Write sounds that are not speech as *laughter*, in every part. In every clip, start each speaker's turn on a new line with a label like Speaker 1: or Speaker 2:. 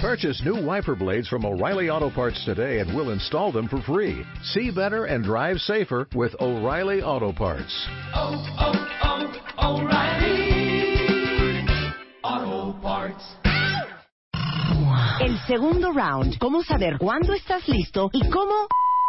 Speaker 1: Purchase new wiper blades from O'Reilly Auto Parts today and we'll install them for free. See better and drive safer with O'Reilly Auto Parts.
Speaker 2: oh, oh, O'Reilly. Auto Parts.
Speaker 3: El segundo round. Cómo saber cuándo estás listo y cómo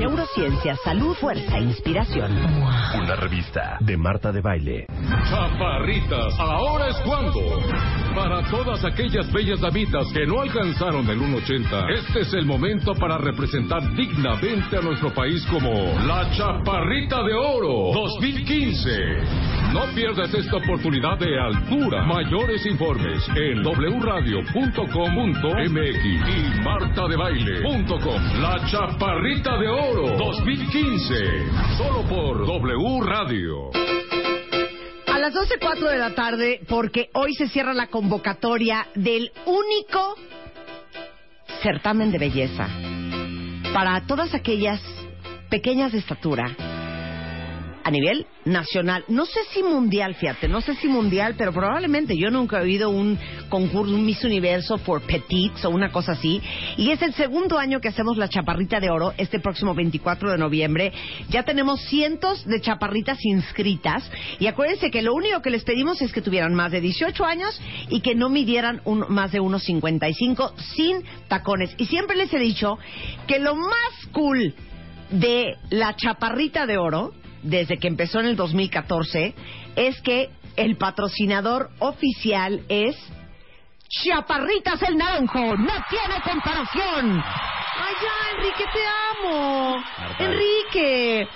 Speaker 3: neurociencia, salud, fuerza e inspiración.
Speaker 4: Una revista de Marta de Baile.
Speaker 5: Chaparritas, ahora es cuando. Para todas aquellas bellas damitas que no alcanzaron el 1.80, este es el momento para representar dignamente a nuestro país como la Chaparrita de Oro 2015. No pierdas esta oportunidad de altura. Mayores informes en wradio.com.mx y martadebaile.com. La Chaparrita de Oro 2015. Solo por W Radio.
Speaker 3: A las 12.04 de la tarde, porque hoy se cierra la convocatoria del único certamen de belleza para todas aquellas pequeñas de estatura a nivel nacional. No sé si mundial, fíjate, no sé si mundial, pero probablemente yo nunca he oído un concurso, un Miss Universo por Petites o una cosa así. Y es el segundo año que hacemos la Chaparrita de Oro, este próximo 24 de noviembre. Ya tenemos cientos de chaparritas inscritas. Y acuérdense que lo único que les pedimos es que tuvieran más de 18 años y que no midieran un- más de 1,55 sin tacones. Y siempre les he dicho que lo más cool de la chaparrita de oro, desde que empezó en el 2014, es que el patrocinador oficial es Chaparritas el Naranjo. No tiene comparación. Ay, ya, Enrique, te amo.
Speaker 6: *laughs*
Speaker 3: Enrique.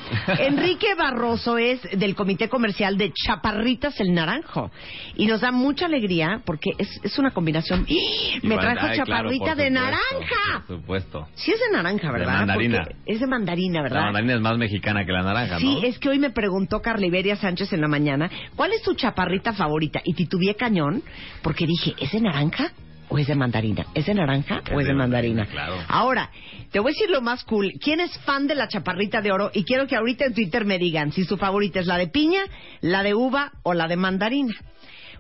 Speaker 3: Enrique Barroso es del Comité Comercial de Chaparritas el Naranjo. Y nos da mucha alegría porque es, es una combinación. ¡Ah! Me
Speaker 6: Iván,
Speaker 3: trajo
Speaker 6: ay, claro,
Speaker 3: chaparrita
Speaker 6: por
Speaker 3: de
Speaker 6: supuesto,
Speaker 3: naranja.
Speaker 6: Por supuesto.
Speaker 3: Sí es de naranja, ¿verdad?
Speaker 6: mandarina.
Speaker 3: Porque Es de mandarina, ¿verdad?
Speaker 6: La mandarina es más mexicana que la naranja,
Speaker 3: Sí,
Speaker 6: ¿no?
Speaker 3: es que hoy me preguntó Carliberia Sánchez en la mañana, ¿cuál es tu chaparrita favorita? Y titubeé cañón porque dije, ¿es de naranja o es de mandarina? ¿Es de naranja o es de
Speaker 6: de
Speaker 3: mandarina?
Speaker 6: mandarina, claro.
Speaker 3: Ahora, te voy a decir lo más cool. ¿Quién es fan de la chaparrita de oro? Y quiero que ahorita en Twitter me digan si su favorita es la de piña, la de uva o la de mandarina.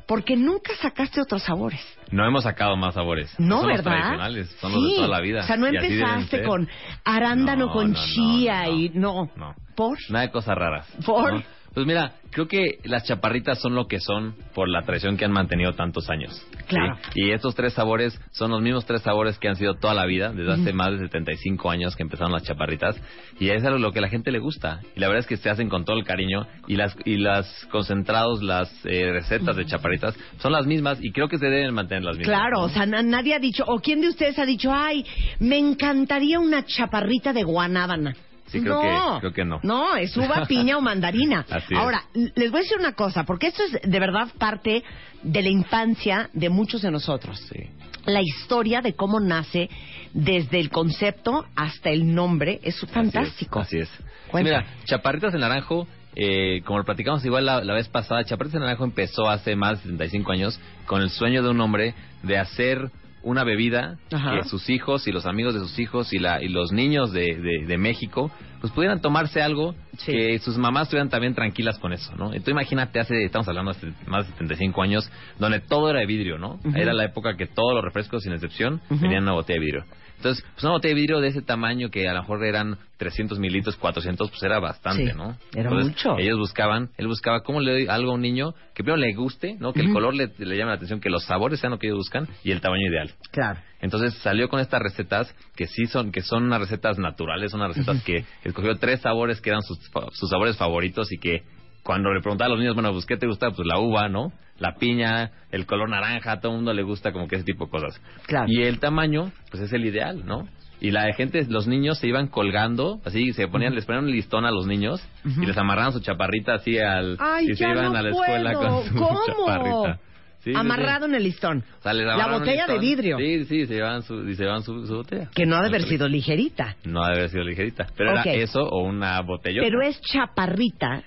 Speaker 3: Porque nunca sacaste otros sabores.
Speaker 6: No hemos sacado más sabores.
Speaker 3: No,
Speaker 6: son Los
Speaker 3: ¿verdad?
Speaker 6: tradicionales, son los
Speaker 3: Sí.
Speaker 6: de toda la vida.
Speaker 3: O sea, no
Speaker 6: y así deben
Speaker 3: empezaste
Speaker 6: ser.
Speaker 3: con arándano,
Speaker 6: No,
Speaker 3: con
Speaker 6: no, no,
Speaker 3: chía
Speaker 6: no, no.
Speaker 3: y no.
Speaker 6: No.
Speaker 3: ¿Por?
Speaker 6: Nada de cosas raras.
Speaker 3: ¿Por?
Speaker 6: ¿no? Pues mira, creo que las chaparritas son lo que son por la tradición que han mantenido tantos años. ¿sí?
Speaker 3: Claro.
Speaker 6: Y estos tres sabores son los mismos tres sabores que han sido toda la vida, desde hace más de 75 años que empezaron las chaparritas. Y eso es lo que a la gente le gusta. Y la verdad es que se hacen con todo el cariño. Y las, y las concentrados, las eh, recetas de chaparritas son las mismas y creo que se deben mantener las mismas.
Speaker 3: Claro,
Speaker 6: ¿no?
Speaker 3: o sea, na- nadie ha dicho, o quién de ustedes ha dicho, ay, me encantaría una chaparrita de guanábana.
Speaker 6: Sí, creo que- creo que no.
Speaker 3: No, es uva,
Speaker 6: *laughs*
Speaker 3: piña o mandarina.
Speaker 6: Así es.
Speaker 3: Ahora, l- les voy a decir una cosa, porque esto es de verdad parte de la infancia de muchos de nosotros.
Speaker 6: Sí.
Speaker 3: La historia de cómo nace desde el concepto hasta el nombre es fantástico.
Speaker 6: Así es. así es.
Speaker 3: Cuenta.
Speaker 6: Mira, Chaparritas en Naranjo, eh, como lo platicamos igual la, la vez pasada, Chaparritas en Naranjo empezó hace más de 75 años con el sueño de un hombre de hacer una bebida
Speaker 3: Ajá.
Speaker 6: que sus hijos y los amigos de sus hijos y, la, y los niños de, de- de México pues pudieran tomarse algo
Speaker 3: Sí.
Speaker 6: que sus mamás estuvieran también tranquilas con eso, ¿no? Entonces imagínate, hace, estamos hablando hace más de 75 años, donde todo era de vidrio, ¿no?
Speaker 3: Ujú.
Speaker 6: Era la época que todos los refrescos, sin excepción,
Speaker 3: Ujú.
Speaker 6: venían en una botella de vidrio. Entonces, pues una botella de vidrio de ese tamaño que a lo mejor eran 300 mililitros, 400, pues era bastante,
Speaker 3: Sí,
Speaker 6: ¿no?
Speaker 3: era
Speaker 6: Entonces,
Speaker 3: mucho.
Speaker 6: Ellos buscaban, él buscaba cómo le doy algo a un niño que primero le guste, ¿no? Que el
Speaker 3: Ujú.
Speaker 6: color le, le llame la atención, que los sabores sean lo que ellos buscan y el tamaño ideal.
Speaker 3: Claro.
Speaker 6: Entonces salió con estas recetas que sí son, que son unas recetas naturales, son unas recetas que escogió tres sabores que eran sus, fa- sus sabores favoritos y que cuando le preguntaba a los niños, bueno, pues ¿qué te gusta? Pues la uva, ¿no? La piña, el color naranja, a todo el mundo le gusta como que ese tipo de cosas.
Speaker 3: Claro.
Speaker 6: Y el tamaño, pues es el ideal, ¿no? Y la gente, los niños se iban colgando, así se ponían, les ponían un listón a los niños
Speaker 3: Ujú.
Speaker 6: y les amarraban su chaparrita así al
Speaker 3: Ay,
Speaker 6: y se
Speaker 3: ya
Speaker 6: iban
Speaker 3: no
Speaker 6: a la escuela
Speaker 3: puedo.
Speaker 6: con su *laughs*
Speaker 3: ¿Cómo?
Speaker 6: chaparrita. Sí, sí,
Speaker 3: amarrado
Speaker 6: sí.
Speaker 3: en el listón.
Speaker 6: O sea, le
Speaker 3: la
Speaker 6: lavaron un
Speaker 3: botella de
Speaker 6: listón.
Speaker 3: vidrio,
Speaker 6: Sí, sí, se llevaban su, y se llevaban su, su botella.
Speaker 3: que no ha de haber
Speaker 6: Entonces,
Speaker 3: sido ligerita.
Speaker 6: No ha de haber sido ligerita. Pero
Speaker 3: Ok.
Speaker 6: era eso o una botellota.
Speaker 3: Pero es chaparrita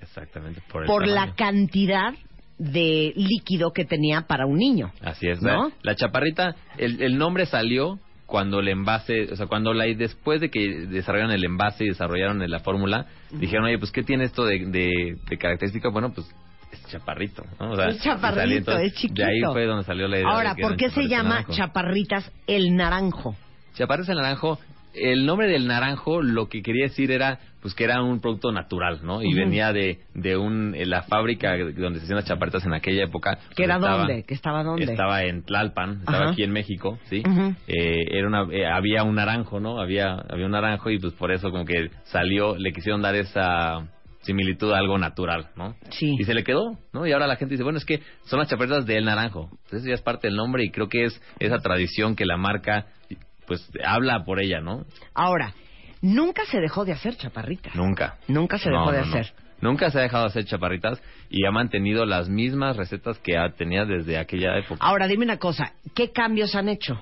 Speaker 6: Exactamente, por el
Speaker 3: por la
Speaker 6: tamaño.
Speaker 3: cantidad de líquido que tenía para un niño.
Speaker 6: Así es,
Speaker 3: ¿No?
Speaker 6: ¿no? La chaparrita, el, el nombre salió cuando el envase, o sea, cuando la después de que desarrollaron el envase y desarrollaron la fórmula, dijeron, oye, pues, ¿qué tiene esto de, de, de característica? Bueno, pues, es chaparrito, ¿no? O sea,
Speaker 3: Es chaparrito,
Speaker 6: y salió, entonces,
Speaker 3: es chiquito.
Speaker 6: De ahí fue donde salió la idea.
Speaker 3: Ahora,
Speaker 6: de que
Speaker 3: ¿por
Speaker 6: eran
Speaker 3: qué se
Speaker 6: chaparritos
Speaker 3: llama
Speaker 6: naranjo.
Speaker 3: chaparritas el naranjo?
Speaker 6: Chaparritos el naranjo, el nombre del naranjo lo que quería decir era pues que era un producto natural, ¿no? Y
Speaker 3: Ujú.
Speaker 6: venía de, de un, eh, la fábrica donde se hacían las chaparritas en aquella época. pues,
Speaker 3: ¿Que era
Speaker 6: Estaba-
Speaker 3: dónde? ¿Que estaba dónde?
Speaker 6: Estaba en Tlalpan, estaba
Speaker 3: Ajá.
Speaker 6: aquí en México, ¿sí?
Speaker 3: Ujú.
Speaker 6: Eh, era una, eh, había un naranjo, ¿no? Había, había un naranjo y pues por eso como que salió, le quisieron dar esa similitud a algo natural, ¿no?
Speaker 3: Sí.
Speaker 6: Y se le quedó, ¿no? Y ahora la gente dice, bueno, es que son las chaparritas del naranjo. Entonces eso ya es parte del nombre y creo que es esa tradición que la marca, pues, habla por ella, ¿no?
Speaker 3: Ahora, nunca se dejó de hacer chaparritas.
Speaker 6: Nunca.
Speaker 3: Nunca se
Speaker 6: No,
Speaker 3: dejó de
Speaker 6: no, no.
Speaker 3: hacer.
Speaker 6: Nunca se ha dejado de hacer chaparritas y ha mantenido las mismas recetas que ha- tenía desde aquella época.
Speaker 3: Ahora, dime una cosa, ¿qué cambios han hecho?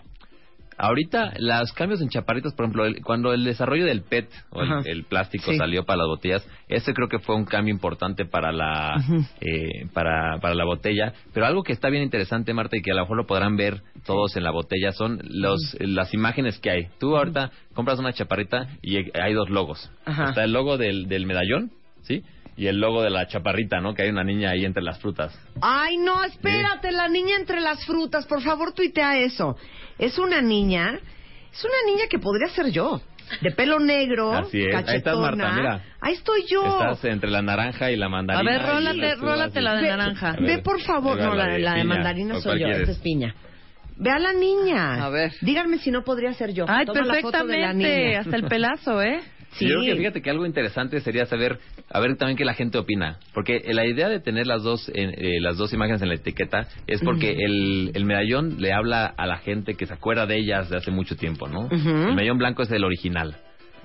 Speaker 6: Ahorita, los cambios en chaparritas, por ejemplo, el- cuando el desarrollo del PET o
Speaker 3: Ajá.
Speaker 6: el, el plástico
Speaker 3: Sí.
Speaker 6: salió para las botellas, ese creo que fue un cambio importante para la,
Speaker 3: Ujú.
Speaker 6: eh, para, para la botella. Pero algo que está bien interesante, Marta, y que a lo mejor lo podrán ver todos en la botella, son los, las imágenes que hay. Tú ahorita compras una chaparrita y eh, hay dos logos.
Speaker 3: Ajá.
Speaker 6: Está el logo del, del medallón, ¿sí? Y el logo de la chaparrita, ¿no? Que hay una niña ahí entre las frutas.
Speaker 3: Ay, no,
Speaker 6: ¿Eh?
Speaker 3: espérate, la niña entre las frutas, por favor, tuitea eso. Es una niña, es una niña que podría ser yo, de pelo negro,
Speaker 6: Así es. Ahí
Speaker 3: cachetona.
Speaker 6: estás, Marta, mira.
Speaker 3: Ahí estoy yo.
Speaker 6: Estás entre la naranja y la mandarina.
Speaker 7: A ver,
Speaker 6: y
Speaker 7: rólate-
Speaker 6: estás tú
Speaker 7: rólate
Speaker 6: así.
Speaker 7: la de
Speaker 3: Ve-
Speaker 7: naranja.
Speaker 6: A
Speaker 3: Ve,
Speaker 6: ver,
Speaker 3: por favor,
Speaker 6: ahí va
Speaker 3: no, la, la de
Speaker 6: piña.
Speaker 3: mandarina
Speaker 6: ¿O
Speaker 3: soy
Speaker 6: cuál
Speaker 3: yo,
Speaker 6: quieres?
Speaker 3: esta es piña. Ve a la niña.
Speaker 7: A ver.
Speaker 3: Díganme si no podría ser yo.
Speaker 7: Ay,
Speaker 3: Toma la foto de la
Speaker 7: perfectamente.
Speaker 3: niña.
Speaker 7: Hasta el pelazo, ¿eh?
Speaker 3: Sí.
Speaker 6: Yo creo que fíjate que algo interesante sería saber, a ver también que la gente opina, porque eh, la idea de tener las dos en- eh, las dos imágenes en la etiqueta es porque el, el medallón le habla a la gente que se acuerda de ellas de hace mucho tiempo, ¿no?
Speaker 3: Ujú.
Speaker 6: El medallón blanco es el original.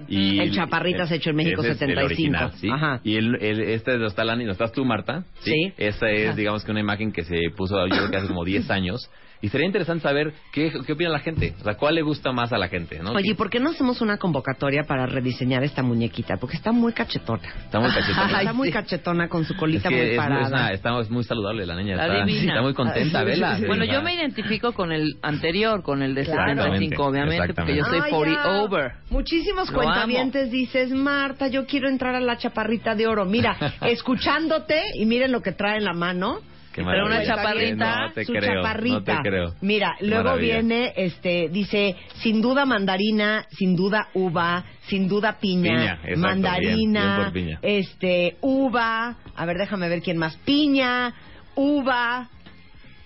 Speaker 6: Y
Speaker 3: El chaparritas
Speaker 6: eh,
Speaker 3: hecho en México
Speaker 6: ese es
Speaker 3: 75.
Speaker 6: El original, ¿sí?
Speaker 3: Ajá.
Speaker 6: Y el, el- este no está Lani, no estás tú, Marta.
Speaker 3: Sí.
Speaker 6: Esa es,
Speaker 3: Ajá.
Speaker 6: digamos que una imagen que se puso yo creo que hace como 10 años. Y sería interesante saber qué, qué opina la gente. O sea, cuál le gusta más a la gente, ¿no?
Speaker 3: Oye, ¿y ¿por qué no hacemos una convocatoria para rediseñar esta muñequita? Porque está muy cachetona.
Speaker 6: Está muy cachetona.
Speaker 3: *laughs* está muy cachetona con su colita
Speaker 6: Es que
Speaker 3: muy
Speaker 6: es-
Speaker 3: parada.
Speaker 6: Es, una- está- es muy saludable la niña.
Speaker 7: La
Speaker 6: está,
Speaker 7: divina. Ah,
Speaker 6: está muy contenta, vela.
Speaker 7: Bueno,
Speaker 6: Sí,
Speaker 7: yo
Speaker 6: va.
Speaker 7: me identifico con el anterior, con el de
Speaker 3: Claro.
Speaker 7: 75, obviamente, porque yo soy
Speaker 3: Ay,
Speaker 7: 40
Speaker 3: Ah, ya.
Speaker 7: over.
Speaker 3: Muchísimos
Speaker 7: Lo
Speaker 3: cuentavientes dices, Marta, yo quiero entrar a la chaparrita de oro.
Speaker 6: *laughs*
Speaker 3: Mira, escuchándote y miren lo que trae en la mano.
Speaker 6: Qué
Speaker 7: Pero una
Speaker 6: maravilla.
Speaker 7: chaparrita,
Speaker 6: No te
Speaker 3: su
Speaker 6: creo,
Speaker 3: chaparrita.
Speaker 6: No te creo.
Speaker 3: Mira,
Speaker 6: Qué
Speaker 3: luego
Speaker 6: maravilla.
Speaker 3: viene, este, dice, sin duda mandarina, sin duda uva, sin duda piña,
Speaker 6: Piña, exacto, bien, bien
Speaker 3: mandarina,
Speaker 6: por piña.
Speaker 3: este, uva, a ver, déjame ver quién más, piña, uva.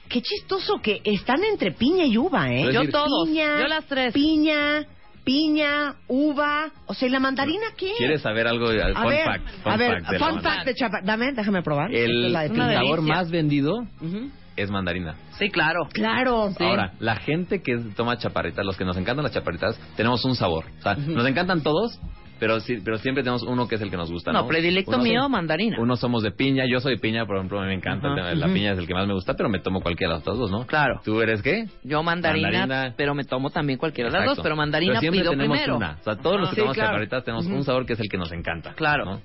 Speaker 3: Qué chistoso que están entre piña y uva, ¿eh?
Speaker 6: Pero es
Speaker 7: Yo
Speaker 6: decir-
Speaker 7: todos,
Speaker 3: Piña,
Speaker 7: yo las tres.
Speaker 3: Piña, piña, uva. O sea, ¿y la mandarina qué?
Speaker 6: ¿Quieres saber algo? de-
Speaker 3: a
Speaker 6: fun
Speaker 3: ver,
Speaker 6: fact. Fun
Speaker 3: a ver,
Speaker 6: fact de la
Speaker 3: fun
Speaker 6: banda.
Speaker 3: fact de chapa. Dame, déjame probar. Esta es
Speaker 6: El,
Speaker 3: la de
Speaker 6: el
Speaker 3: piña.
Speaker 7: Una
Speaker 6: sabor
Speaker 7: delicia.
Speaker 6: más vendido
Speaker 3: Ujú.
Speaker 6: es mandarina.
Speaker 7: Sí, claro.
Speaker 3: Claro.
Speaker 7: Sí.
Speaker 6: Ahora, la gente que toma chaparritas, los que nos encantan las chaparritas, tenemos un sabor. O sea, nos encantan todos, pero sí, pero siempre tenemos uno que es el que nos gusta. No,
Speaker 7: No, predilecto
Speaker 6: Unos
Speaker 7: mío,
Speaker 6: son-
Speaker 7: mandarina.
Speaker 6: Unos somos de piña, yo soy de piña, por ejemplo, a mí me encanta. el
Speaker 7: Ajá.
Speaker 6: tema de La piña es el que más me gusta, pero me tomo cualquiera de las otras dos, ¿no?
Speaker 7: Claro.
Speaker 6: ¿Tú eres qué?
Speaker 7: Yo mandarina,
Speaker 6: Mandarina.
Speaker 7: pero me tomo también cualquiera de las
Speaker 6: Exacto.
Speaker 7: dos, pero mandarina
Speaker 6: siempre
Speaker 7: pido
Speaker 6: tenemos
Speaker 7: primero. Ah,
Speaker 6: una. O sea, todos los que
Speaker 7: Sí,
Speaker 6: tomamos
Speaker 7: claro.
Speaker 6: chaparritas tenemos un sabor que es el que nos encanta.
Speaker 7: Claro.
Speaker 6: ¿no?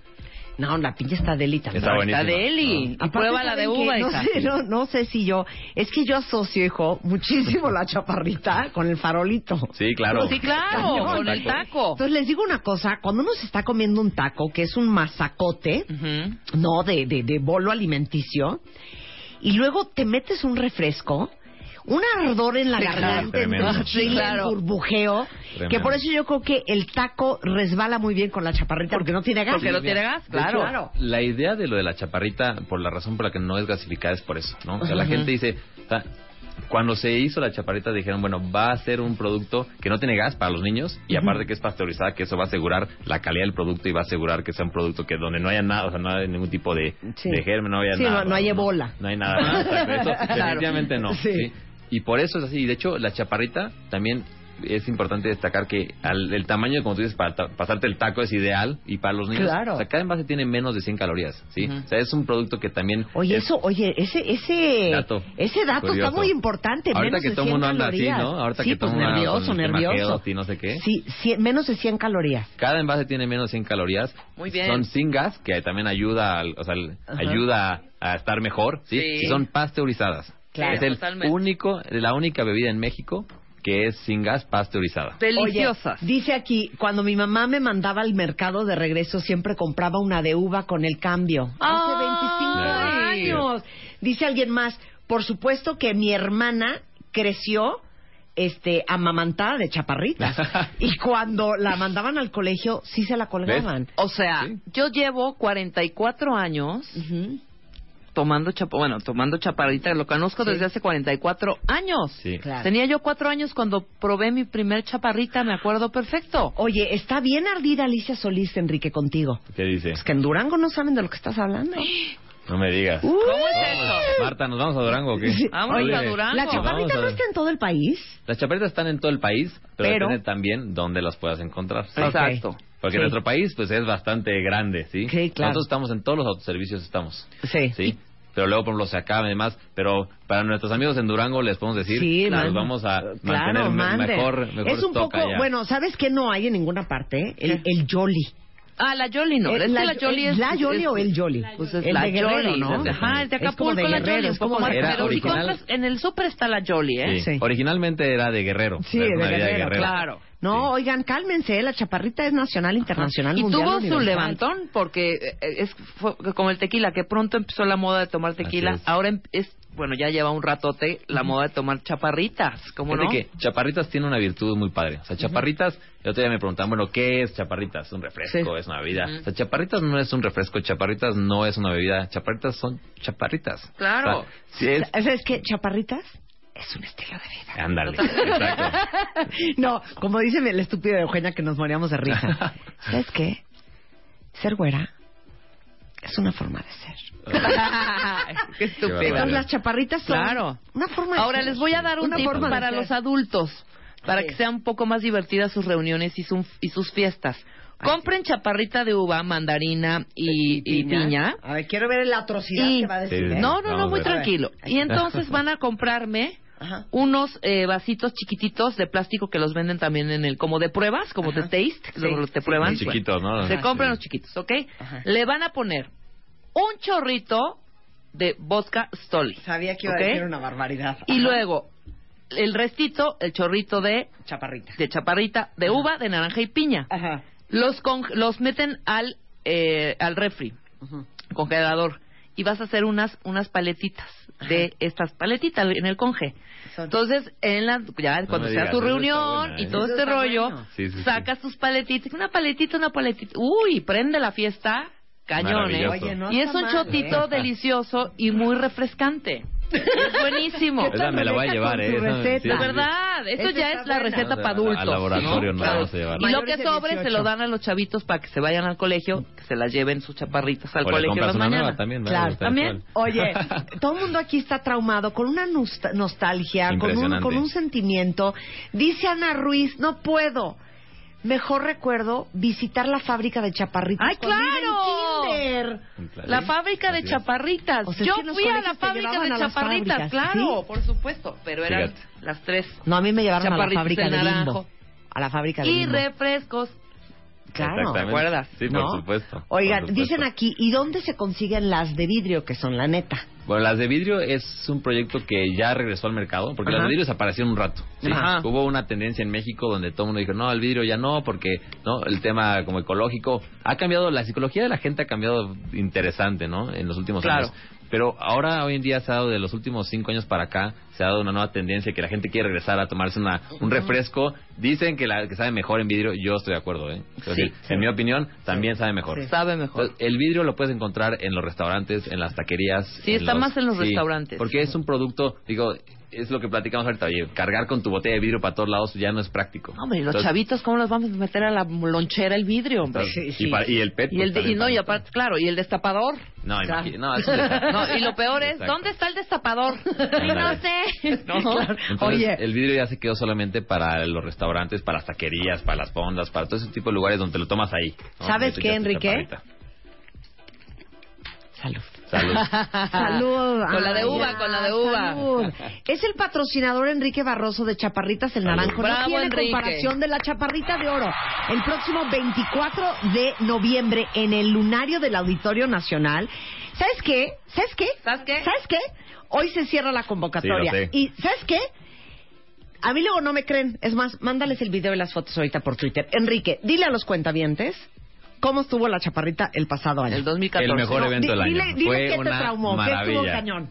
Speaker 3: No, la piña está delita.
Speaker 6: Está buenísima.
Speaker 7: La de Eli. Y
Speaker 3: Aparte,
Speaker 7: prueba la de
Speaker 3: ¿saben qué?
Speaker 7: uva,
Speaker 3: no
Speaker 7: hija.
Speaker 3: Sé, no, no sé si yo... Es que yo asocio, hijo, muchísimo la chaparrita con el farolito.
Speaker 6: Sí, claro.
Speaker 7: Sí, claro,
Speaker 6: Cañón,
Speaker 7: con el taco.
Speaker 3: Entonces les digo una cosa, cuando uno se está comiendo un taco, que es un masacote,
Speaker 7: Ujú.
Speaker 3: no de, de, de bolo alimenticio, y luego te metes un refresco, un ardor en la
Speaker 7: Sí, claro.
Speaker 3: garganta,
Speaker 6: Tremendo.
Speaker 3: en tu
Speaker 7: Sí,
Speaker 3: chile,
Speaker 7: claro.
Speaker 3: el burbujeo,
Speaker 6: Tremendo.
Speaker 3: que por eso yo creo que el taco resbala muy bien con la chaparrita porque no tiene gas.
Speaker 7: Porque no tiene gas,
Speaker 6: De
Speaker 7: claro.
Speaker 6: hecho, La idea de lo de la chaparrita, por la razón por la que no es gasificada, es por eso, ¿no? O sea, la
Speaker 7: Ujú.
Speaker 6: gente dice, o sea, cuando se hizo la chaparrita dijeron, bueno, va a ser un producto que no tiene gas para los niños y aparte que es pasteurizada, que eso va a asegurar la calidad del producto y va a asegurar que sea un producto que donde no haya nada, o sea, no hay ningún tipo de,
Speaker 3: Sí.
Speaker 6: de germen, no haya
Speaker 3: Sí,
Speaker 6: nada.
Speaker 3: no- no hay ebola.
Speaker 6: No, hay nada. ¿no? Exacto, eso
Speaker 3: *laughs* Claro.
Speaker 6: Definitivamente no.
Speaker 3: Sí.
Speaker 6: ¿sí? Y por eso es así. Y de hecho, la chaparrita también es importante destacar que al- el tamaño, como tú dices, para ta- pasarte el taco es ideal y para los niños,
Speaker 3: Claro.
Speaker 6: o sea, cada envase tiene menos de 100 calorías, ¿sí?
Speaker 7: Ujú.
Speaker 6: O sea, es un producto que también...
Speaker 3: Oye,
Speaker 6: es-
Speaker 3: eso, oye, ese, ese
Speaker 6: Dato
Speaker 3: ese dato
Speaker 6: curioso.
Speaker 3: está muy importante.
Speaker 6: Ahorita
Speaker 3: menos
Speaker 6: que
Speaker 3: de
Speaker 6: todo
Speaker 3: 100
Speaker 6: mundo anda así,
Speaker 3: calorías.
Speaker 6: ¿no? Ahorita
Speaker 3: sí,
Speaker 6: que todo
Speaker 3: pues
Speaker 6: mundo anda
Speaker 3: nervioso,
Speaker 6: con el tema
Speaker 3: nervioso.
Speaker 6: health y no sé qué.
Speaker 3: Sí, cien- menos de 100 calorías.
Speaker 6: Cada envase tiene menos de 100 calorías.
Speaker 7: Muy bien.
Speaker 6: Son sin gas, que también ayuda, al- o sea, al-
Speaker 3: Ajá.
Speaker 6: ayuda a estar mejor, ¿sí?
Speaker 7: Sí.
Speaker 6: Y son pasteurizadas.
Speaker 7: Claro,
Speaker 6: es el
Speaker 7: totalmente.
Speaker 6: único, la única bebida en México que es sin gas pasteurizada.
Speaker 7: Deliciosas.
Speaker 3: Oye, dice aquí, cuando mi mamá me mandaba al mercado de regreso, siempre compraba una de uva con el cambio. Hace
Speaker 7: Ay.
Speaker 3: 25 años. Dice alguien más, por supuesto que mi hermana creció este amamantada de chaparritas
Speaker 6: *laughs*
Speaker 3: y cuando la mandaban al colegio sí se la colgaban.
Speaker 7: o sea,
Speaker 6: Sí.
Speaker 7: yo llevo 44 años
Speaker 3: Ujú.
Speaker 7: tomando chapa, bueno, tomando chaparrita, lo conozco
Speaker 3: Sí.
Speaker 7: desde hace 44 años.
Speaker 6: Sí.
Speaker 3: Claro.
Speaker 7: Tenía yo cuatro años cuando probé mi primer chaparrita, me acuerdo perfecto.
Speaker 3: Oye, está bien ardida Alicia Solís, Enrique, contigo.
Speaker 6: ¿Qué dice?
Speaker 3: Es que en Durango no saben de lo que estás hablando.
Speaker 6: No me digas.
Speaker 3: Uh,
Speaker 7: ¿Cómo es eso?
Speaker 6: Marta, ¿nos vamos a Durango o qué?
Speaker 3: Sí.
Speaker 7: Vámonos
Speaker 6: Oye,
Speaker 7: a Durango.
Speaker 3: ¿La
Speaker 6: Vamos
Speaker 3: chaparrita
Speaker 6: a
Speaker 3: no
Speaker 6: ver.
Speaker 3: está en todo el país?
Speaker 6: Las chaparritas están en todo el país, pero,
Speaker 3: Pero-
Speaker 6: depende también dónde las puedas encontrar. ¿sí?
Speaker 7: Exacto.
Speaker 6: Porque
Speaker 3: Sí.
Speaker 6: nuestro país pues es bastante grande, ¿sí?
Speaker 3: Sí, claro.
Speaker 6: Nosotros estamos en todos los autoservicios, estamos.
Speaker 3: Sí.
Speaker 6: Sí. Pero luego, por ejemplo, se acaban y demás. Pero para nuestros amigos en Durango les podemos decir
Speaker 3: Sí,
Speaker 6: que
Speaker 3: manda.
Speaker 6: nos vamos a mantener
Speaker 3: Claro,
Speaker 6: me-
Speaker 3: mande.
Speaker 6: mejor, mejor
Speaker 3: Es un
Speaker 6: stock
Speaker 3: poco,
Speaker 6: allá.
Speaker 3: bueno, ¿sabes qué no hay en ninguna parte? El, el Jolly.
Speaker 7: Ah, la Jolly no.
Speaker 3: Eh,
Speaker 7: es
Speaker 3: la,
Speaker 7: que la Jolly
Speaker 3: eh,
Speaker 7: es...
Speaker 3: ¿La Jolly
Speaker 7: es-
Speaker 3: o el Jolly?
Speaker 7: Pues es
Speaker 3: El
Speaker 7: la
Speaker 3: de Guerrero,
Speaker 7: Jolly.
Speaker 3: ¿no?
Speaker 7: Ajá, es de
Speaker 3: Es como
Speaker 7: Acapulco,
Speaker 3: de
Speaker 7: la
Speaker 3: Guerrero,
Speaker 7: Jolly.
Speaker 3: es
Speaker 7: Un poco
Speaker 3: como
Speaker 7: más.
Speaker 3: de
Speaker 6: Era
Speaker 7: Pero si
Speaker 6: original.
Speaker 7: compras en el súper está la Jolly, ¿eh?
Speaker 6: Sí.
Speaker 3: sí.
Speaker 6: Originalmente era de Guerrero.
Speaker 3: Sí,
Speaker 6: o sea,
Speaker 3: de
Speaker 6: es una
Speaker 3: Guerrero,
Speaker 6: bebida de Guerrero.
Speaker 3: claro. No, oigan, cálmense, la chaparrita es nacional, internacional,
Speaker 7: Y
Speaker 3: mundial,
Speaker 7: tuvo su
Speaker 3: universal.
Speaker 7: levantón porque eh, es fue como el tequila, que pronto empezó la moda de tomar tequila.
Speaker 6: Así es.
Speaker 7: Ahora em- es, bueno, ya lleva un ratote la moda de tomar chaparritas, ¿cómo
Speaker 6: Fíjate
Speaker 7: no?
Speaker 6: que Chaparritas tiene una virtud muy padre. O sea, Chaparritas, el otro día me preguntaban, bueno, ¿qué es Chaparritas? ¿Es un refresco?
Speaker 7: Sí.
Speaker 6: ¿Es una bebida?
Speaker 7: Ujú.
Speaker 6: O sea, Chaparritas no es un refresco, Chaparritas no es una bebida. Chaparritas son Chaparritas.
Speaker 7: Claro.
Speaker 6: O sea, sí es...
Speaker 3: ¿Sabes qué? Chaparritas es un estilo de vida.
Speaker 6: Ándale, exacto.
Speaker 3: *laughs* No, como dice el estúpido de Eugenia que nos moríamos de
Speaker 6: *laughs*
Speaker 3: risa. ¿Sabes qué? Ser güera es una forma de ser.
Speaker 6: *laughs*
Speaker 7: Qué
Speaker 6: Qué
Speaker 7: estúpida.
Speaker 6: barbaridad.
Speaker 3: Entonces, las chaparritas son
Speaker 7: Claro.
Speaker 3: una forma de
Speaker 7: Ahora
Speaker 3: ser.
Speaker 7: les voy a dar un
Speaker 3: Una
Speaker 7: tip
Speaker 3: forma de
Speaker 7: para
Speaker 3: ser.
Speaker 7: los adultos, para
Speaker 3: Sí.
Speaker 7: que sean un poco más divertidas sus reuniones y, su- y sus fiestas. Compren chaparrita de uva, mandarina y, y piña.
Speaker 3: A ver, quiero ver la atrocidad
Speaker 7: Y-
Speaker 3: que va a decir.
Speaker 6: Sí,
Speaker 3: ¿eh?
Speaker 7: No, no,
Speaker 6: Vamos a
Speaker 7: no, muy
Speaker 6: ver.
Speaker 7: tranquilo. Y entonces van a comprarme
Speaker 3: Ajá.
Speaker 7: unos eh, vasitos chiquititos de plástico que los venden también en el, como de pruebas, como de taste, que luego te prueban.
Speaker 6: Los chiquitos, ¿no?
Speaker 7: Se
Speaker 6: Ajá.
Speaker 7: compran
Speaker 6: Sí.
Speaker 7: los chiquitos, ¿ok?
Speaker 3: Ah, Ajá.
Speaker 7: Le van a poner un chorrito de vodka Stoli.
Speaker 3: Sabía que iba
Speaker 7: ¿ok?
Speaker 3: a decir una barbaridad.
Speaker 7: Y
Speaker 3: Ajá.
Speaker 7: luego, el restito, el chorrito de,
Speaker 3: Chaparrita.
Speaker 7: de chaparrita, de uva, de naranja y piña.
Speaker 3: Ajá.
Speaker 7: Los, con- los meten al, eh, al refri, congelador, y vas a hacer unas, unas paletitas de estas paletitas en el conge.
Speaker 3: Son-
Speaker 7: Entonces, en la, ya cuando
Speaker 6: me
Speaker 7: sea
Speaker 6: digas,
Speaker 7: tu
Speaker 6: eso está
Speaker 7: reunión
Speaker 6: buena,
Speaker 7: y
Speaker 6: ¿eh?
Speaker 7: todo
Speaker 3: Eso
Speaker 7: este
Speaker 3: está
Speaker 7: rollo,
Speaker 3: bueno.
Speaker 6: Sí, sí, sí.
Speaker 7: sacas tus paletitas, una paletita, una paletita, uy, prende la fiesta, cañón, ¿eh?
Speaker 6: Maravilloso.
Speaker 3: Oye, no
Speaker 7: y es
Speaker 3: está
Speaker 7: un
Speaker 3: mal,
Speaker 7: chotito
Speaker 3: ¿eh?
Speaker 7: delicioso y muy refrescante. Es buenísimo.
Speaker 3: ¿Qué tal
Speaker 6: *laughs* Esa me la voy a
Speaker 3: Rebeca
Speaker 6: llevar,
Speaker 3: con
Speaker 6: ¿eh?
Speaker 3: tu
Speaker 6: Esa-
Speaker 3: receta?
Speaker 6: sí,
Speaker 7: De
Speaker 6: sí, sí.
Speaker 7: verdad, eso
Speaker 3: Esa
Speaker 7: ya
Speaker 3: está
Speaker 7: es la
Speaker 3: buena.
Speaker 7: receta
Speaker 6: Al-
Speaker 7: para adultos.
Speaker 6: al laboratorio nos vamos a llevar.
Speaker 7: Y lo
Speaker 3: Mayores
Speaker 7: que
Speaker 3: de
Speaker 7: sobre se
Speaker 3: 18.
Speaker 7: lo dan a los chavitos para que se vayan al colegio, que se las lleven sus chaparritas al
Speaker 6: O le
Speaker 7: colegio en
Speaker 6: compras
Speaker 7: las
Speaker 6: una nueva
Speaker 7: mañanas.
Speaker 6: también, ¿no?
Speaker 3: Claro,
Speaker 6: Está
Speaker 7: también.
Speaker 6: actual. *laughs*
Speaker 3: Oye, todo el mundo aquí está traumado con una nos- nostalgia, con un,
Speaker 6: Impresionante.
Speaker 3: con un sentimiento. Dice Ana Ruiz, no puedo. Mejor recuerdo visitar la fábrica de chaparritas.
Speaker 7: ¡Ay,
Speaker 3: cuando iba en
Speaker 7: claro!
Speaker 3: kinder.
Speaker 7: La fábrica de
Speaker 6: Así es.
Speaker 7: chaparritas.
Speaker 3: O sea,
Speaker 7: Yo
Speaker 3: es que en los
Speaker 7: fui a
Speaker 3: colegios
Speaker 7: la
Speaker 3: te
Speaker 7: fábrica
Speaker 3: llevaban
Speaker 7: de
Speaker 3: a las
Speaker 7: chaparritas,
Speaker 3: fábricas,
Speaker 7: claro,
Speaker 3: ¿sí?
Speaker 7: por supuesto. Pero eran
Speaker 6: Fíjate.
Speaker 7: las tres.
Speaker 3: No, a mí me llevaron a la
Speaker 7: Chaparritas
Speaker 3: fábrica
Speaker 7: de
Speaker 3: de Bimbo.
Speaker 7: naranjo.
Speaker 3: A la fábrica de
Speaker 7: Y
Speaker 3: Bimbo.
Speaker 7: refrescos.
Speaker 3: Claro.
Speaker 6: Exactamente.
Speaker 7: acuerdas?
Speaker 6: Sí,
Speaker 3: ¿No?
Speaker 6: por supuesto.
Speaker 3: Oigan,
Speaker 6: por supuesto.
Speaker 3: dicen aquí, ¿y dónde se consiguen las de vidrio que son la neta?
Speaker 6: Bueno, las de vidrio es un proyecto que ya regresó al mercado, porque
Speaker 3: Ajá.
Speaker 6: las de vidrio desaparecieron un rato. ¿sí?
Speaker 3: Ajá.
Speaker 6: Hubo una tendencia en México donde todo el mundo dijo, no, el vidrio ya no, porque no el tema como ecológico ha cambiado, la psicología de la gente ha cambiado interesante, ¿no? En los últimos
Speaker 7: Claro.
Speaker 6: años. Pero ahora, hoy en día, se ha dado de los últimos cinco años para acá, se ha dado una nueva tendencia que la gente quiere regresar a tomarse una, un refresco. Dicen que, la, que sabe mejor en vidrio, yo estoy de acuerdo, ¿eh? Es decir, En mi opinión, también sabe mejor.
Speaker 7: Sabe mejor.
Speaker 6: Entonces, el vidrio lo puedes encontrar en los restaurantes, en las taquerías.
Speaker 7: Sí, está más en los restaurantes.
Speaker 6: Porque es un producto, digo, es lo que platicamos ahorita. Oye, cargar con tu botella de vidrio para todos lados ya no es práctico.
Speaker 7: No, hombre, los
Speaker 6: Entonces,
Speaker 7: chavitos, ¿cómo los vamos a meter a la lonchera el vidrio, hombre?
Speaker 6: entonces, Y, para- y el pet.
Speaker 7: Y
Speaker 6: pues,
Speaker 7: el de- y
Speaker 6: también
Speaker 7: no,
Speaker 6: para-
Speaker 7: y aparte, claro, y el destapador.
Speaker 6: No,
Speaker 7: O sea,
Speaker 6: imagi- no,
Speaker 7: *laughs*
Speaker 6: es un desastre.
Speaker 7: no, y lo peor es,
Speaker 6: Exacto.
Speaker 7: ¿dónde está el destapador?
Speaker 6: *laughs*
Speaker 7: Ay, no sé.
Speaker 6: No,
Speaker 7: Claro.
Speaker 6: Entonces,
Speaker 7: Oye,
Speaker 6: el vidrio ya se quedó solamente para los restaurantes, para las taquerías, para las fondas, para todo ese tipo de lugares donde te lo tomas ahí. ¿no?
Speaker 3: ¿Sabes
Speaker 6: Entonces,
Speaker 3: qué,
Speaker 6: ya está
Speaker 3: Enrique?
Speaker 6: chaparrita.
Speaker 7: salud.
Speaker 6: Salud.
Speaker 7: *laughs*
Speaker 3: Salud.
Speaker 7: Con la de
Speaker 3: Ay,
Speaker 7: uva,
Speaker 3: ya,
Speaker 7: con la de uva.
Speaker 3: salud. Es el patrocinador Enrique Barroso de Chaparritas el Naranjo. no
Speaker 7: Bravo,
Speaker 3: tiene
Speaker 7: Enrique.
Speaker 3: comparación de la Chaparrita de Oro. El próximo 24 de noviembre en el lunario del Auditorio Nacional. ¿Sabes qué? ¿Sabes qué?
Speaker 7: ¿Sabes qué?
Speaker 3: ¿Sabes qué? Hoy se cierra la convocatoria.
Speaker 6: Sí, lo sé.
Speaker 3: ¿Y sabes qué? A mí luego no me creen. Es más, mándales el video y las fotos ahorita por Twitter. Enrique, dile a los cuentavientes cómo estuvo la Chaparrita el pasado año.
Speaker 7: El 2014.
Speaker 6: El mejor
Speaker 7: No,
Speaker 6: evento
Speaker 3: Di-
Speaker 6: del año.
Speaker 3: Dile, dile
Speaker 6: Fue
Speaker 3: qué te
Speaker 6: una
Speaker 3: traumó, qué estuvo
Speaker 6: maravilla.
Speaker 3: cañón.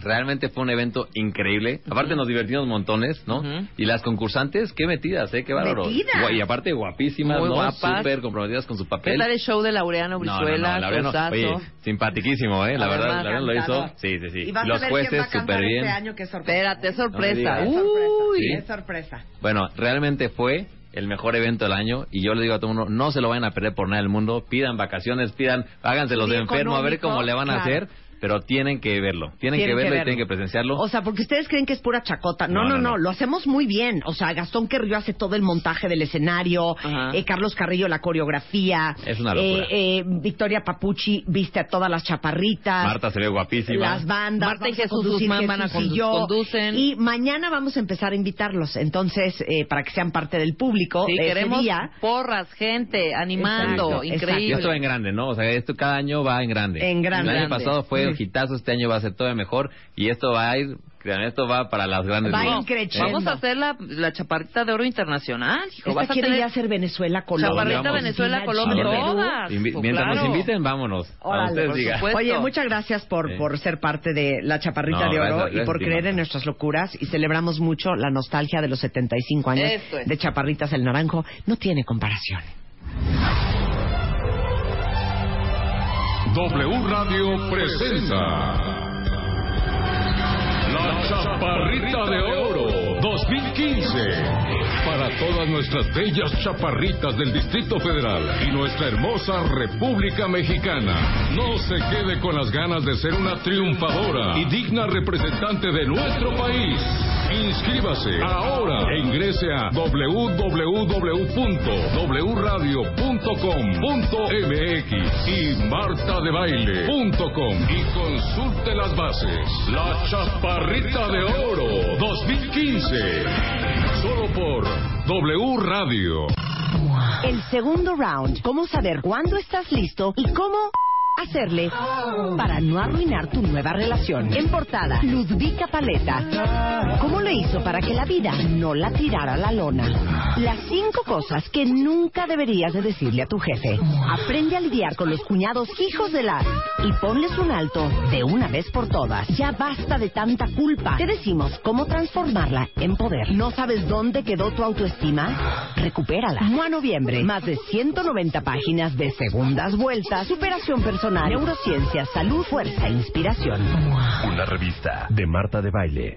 Speaker 6: Realmente fue un evento increíble. Aparte nos divertimos montones, ¿no?
Speaker 7: Ujú.
Speaker 6: Y las concursantes, qué metidas, ¿eh? Qué bárbaro.
Speaker 3: Metidas.
Speaker 6: Gua- Y aparte guapísimas,
Speaker 7: Muy
Speaker 6: ¿no?
Speaker 7: guapas.
Speaker 6: Súper comprometidas con su
Speaker 7: ¿Qué
Speaker 6: papel.
Speaker 7: tal el show de Laureano
Speaker 6: No, no, no,
Speaker 7: Brizuela?
Speaker 6: Laureano,
Speaker 7: Cosazo?
Speaker 6: oye, simpaticísimo, ¿eh? La
Speaker 7: Además,
Speaker 6: verdad, Laureano lo hizo.
Speaker 3: Cantador.
Speaker 6: Sí, sí, sí.
Speaker 3: Y vas
Speaker 6: Los
Speaker 3: a ver quién va
Speaker 6: jueces,
Speaker 3: a cantar
Speaker 6: súper bien.
Speaker 3: Este año, qué sorpresa.
Speaker 7: Espérate, es
Speaker 6: No
Speaker 7: sorpresa.
Speaker 6: me
Speaker 3: Qué
Speaker 6: digas.
Speaker 7: Uh,
Speaker 3: sorpresa,
Speaker 6: Sí.
Speaker 3: qué sorpresa.
Speaker 6: Bueno, realmente fue el mejor evento del año y yo le digo a todo el mundo, no se lo vayan a perder por nada del mundo, pidan vacaciones, pidan, háganse los
Speaker 3: Sí,
Speaker 6: de enfermo a ver
Speaker 3: económico,
Speaker 6: cómo le van a
Speaker 3: claro.
Speaker 6: hacer, pero tienen que verlo, tienen, que verlo y tienen que presenciarlo.
Speaker 3: O sea, porque ustedes creen que es pura chacota. No no, no,
Speaker 6: No, no, no.
Speaker 3: lo hacemos muy bien. O sea, Gastón Querrió hace todo el montaje del escenario,
Speaker 7: Ajá.
Speaker 3: eh, Carlos Carrillo la coreografía,
Speaker 6: Es una locura.
Speaker 3: eh, eh, Victoria Papucci viste a todas las chaparritas.
Speaker 6: Marta se ve guapísima.
Speaker 3: Las bandas.
Speaker 7: Marta
Speaker 3: vamos
Speaker 7: y
Speaker 3: a
Speaker 7: Jesús
Speaker 3: conducir,
Speaker 7: Guzmán van a
Speaker 3: Jesús y
Speaker 7: condu-
Speaker 3: yo.
Speaker 7: conducen.
Speaker 3: Y mañana vamos a empezar a invitarlos, entonces, eh, para que sean parte del público.
Speaker 7: sí,
Speaker 3: Oh, ese
Speaker 7: queremos
Speaker 3: día.
Speaker 7: porras, gente, animando,
Speaker 3: Exacto,
Speaker 6: Y
Speaker 7: increíble.
Speaker 6: esto va en grande, ¿no? O sea, esto cada año va en grande.
Speaker 3: En grande.
Speaker 6: El año pasado fue
Speaker 3: Ujú.
Speaker 6: ojitazo, este año va a ser todo mejor y esto va a ir, créanme, esto va para las grandes
Speaker 3: Va
Speaker 6: ligas.
Speaker 3: en creciendo.
Speaker 6: ¿Eh?
Speaker 7: Vamos a hacer la, la chaparrita de oro internacional, hijo.
Speaker 3: Esta
Speaker 7: Vas a
Speaker 3: quiere
Speaker 7: tener
Speaker 3: ya ser Venezuela, Colombia.
Speaker 7: chaparrita
Speaker 6: Vamos.
Speaker 7: Venezuela,
Speaker 3: Argentina,
Speaker 7: Colombia,
Speaker 3: Chile, Perú.
Speaker 7: todas.
Speaker 6: Invi-
Speaker 7: Pues,
Speaker 6: mientras nos
Speaker 7: claro.
Speaker 6: inviten, vámonos.
Speaker 3: Órale,
Speaker 6: a ustedes
Speaker 7: por
Speaker 6: digan.
Speaker 7: supuesto.
Speaker 3: Oye, muchas gracias por,
Speaker 6: Sí.
Speaker 3: por ser parte de la chaparrita de
Speaker 6: No,
Speaker 3: oro
Speaker 6: gracias, gracias
Speaker 3: y por
Speaker 6: a ti,
Speaker 3: creer en
Speaker 6: Marta.
Speaker 3: nuestras locuras y celebramos mucho la nostalgia de los 75 años
Speaker 7: Eso es.
Speaker 3: de Chaparritas el Naranjo. No tiene comparación.
Speaker 5: W Radio presenta La Chaparrita de Oro 2015 para todas nuestras bellas chaparritas del Distrito Federal y nuestra hermosa República Mexicana. No se quede con las ganas de ser una triunfadora y digna representante de nuestro país. Inscríbase ahora e ingrese a www.wradio.com.mx y martadebaile.com y consulte las bases. La Chaparrita de Oro 2015. Solo por W Radio.
Speaker 3: El segundo round. ¿Cómo saber cuándo estás listo y cómo hacerle para no arruinar tu nueva relación? En portada, Ludvika Paleta. ¿Cómo le hizo para que la vida no la tirara a la lona? Las cinco cosas que nunca deberías de decirle a tu jefe. Aprende a lidiar con los cuñados hijos de la y ponles un alto de una vez por todas. Ya basta de tanta culpa. Te decimos cómo transformarla en poder. ¿No sabes dónde quedó tu autoestima? Recupérala. Mua noviembre. Más de 190 páginas de segundas vueltas, superación personal, neurociencia, salud, fuerza, e inspiración.
Speaker 4: Una revista de Marta de Baile.